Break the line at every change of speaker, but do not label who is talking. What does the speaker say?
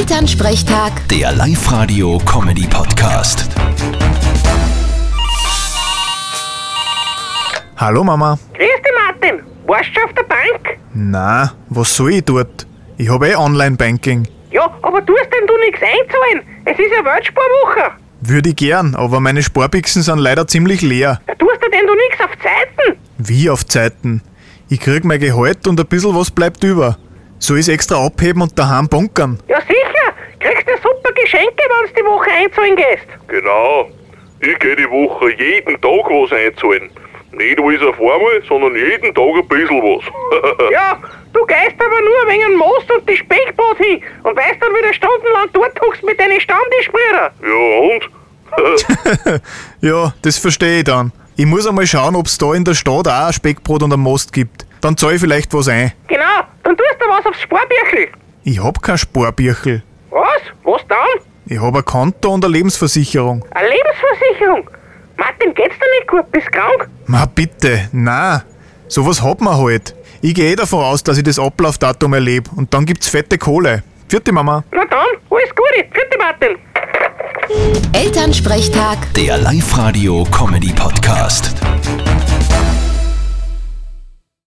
Elternsprechtag,
Der Live-Radio-Comedy-Podcast.
Hallo Mama.
Grüß dich, Martin. Warst du schon auf der Bank?
Na, was soll ich dort? Ich habe eh Online-Banking.
Ja, aber tust denn du nichts einzahlen? Es ist ja Weltsparwoche.
Würde ich gern, aber meine Sparbixen sind leider ziemlich leer.
Da tust du denn du nichts auf Zeiten?
Wie auf Zeiten. Ich krieg mein Gehalt und ein bisschen was bleibt über. So ist extra abheben und daheim bunkern.
Ja, sicher. Kriegst du super Geschenke, wenn du die Woche einzahlen gehst.
Genau. Ich gehe die Woche jeden Tag was einzahlen. Nicht alles auf einmal, sondern jeden Tag ein bisschen was.
Ja, du gehst aber nur wegen dem Most und die Speckbrot hin und weißt dann wieder stundenlang dort hockst mit deinen Stammtischbrüdern.
Ja und?
Ja, das verstehe ich dann. Ich muss einmal schauen, ob's da in der Stadt auch ein Speckbrot und ein Most gibt. Dann zahl ich vielleicht was ein.
Genau, dann tust du was aufs Sparbüchel.
Ich hab kein Sparbirchel.
Was? Was dann?
Ich hab ein Konto und eine Lebensversicherung.
Eine Lebensversicherung. Martin, geht's dir nicht gut? Bist krank?
Ma bitte, na, sowas hat man halt. Ich gehe eh davon aus, dass ich das Ablaufdatum erlebe und dann gibt's fette Kohle. Vierte Mama.
Na dann, alles Gute. Vierte Martin.
Elternsprechtag.
Der Live-Radio-Comedy-Podcast.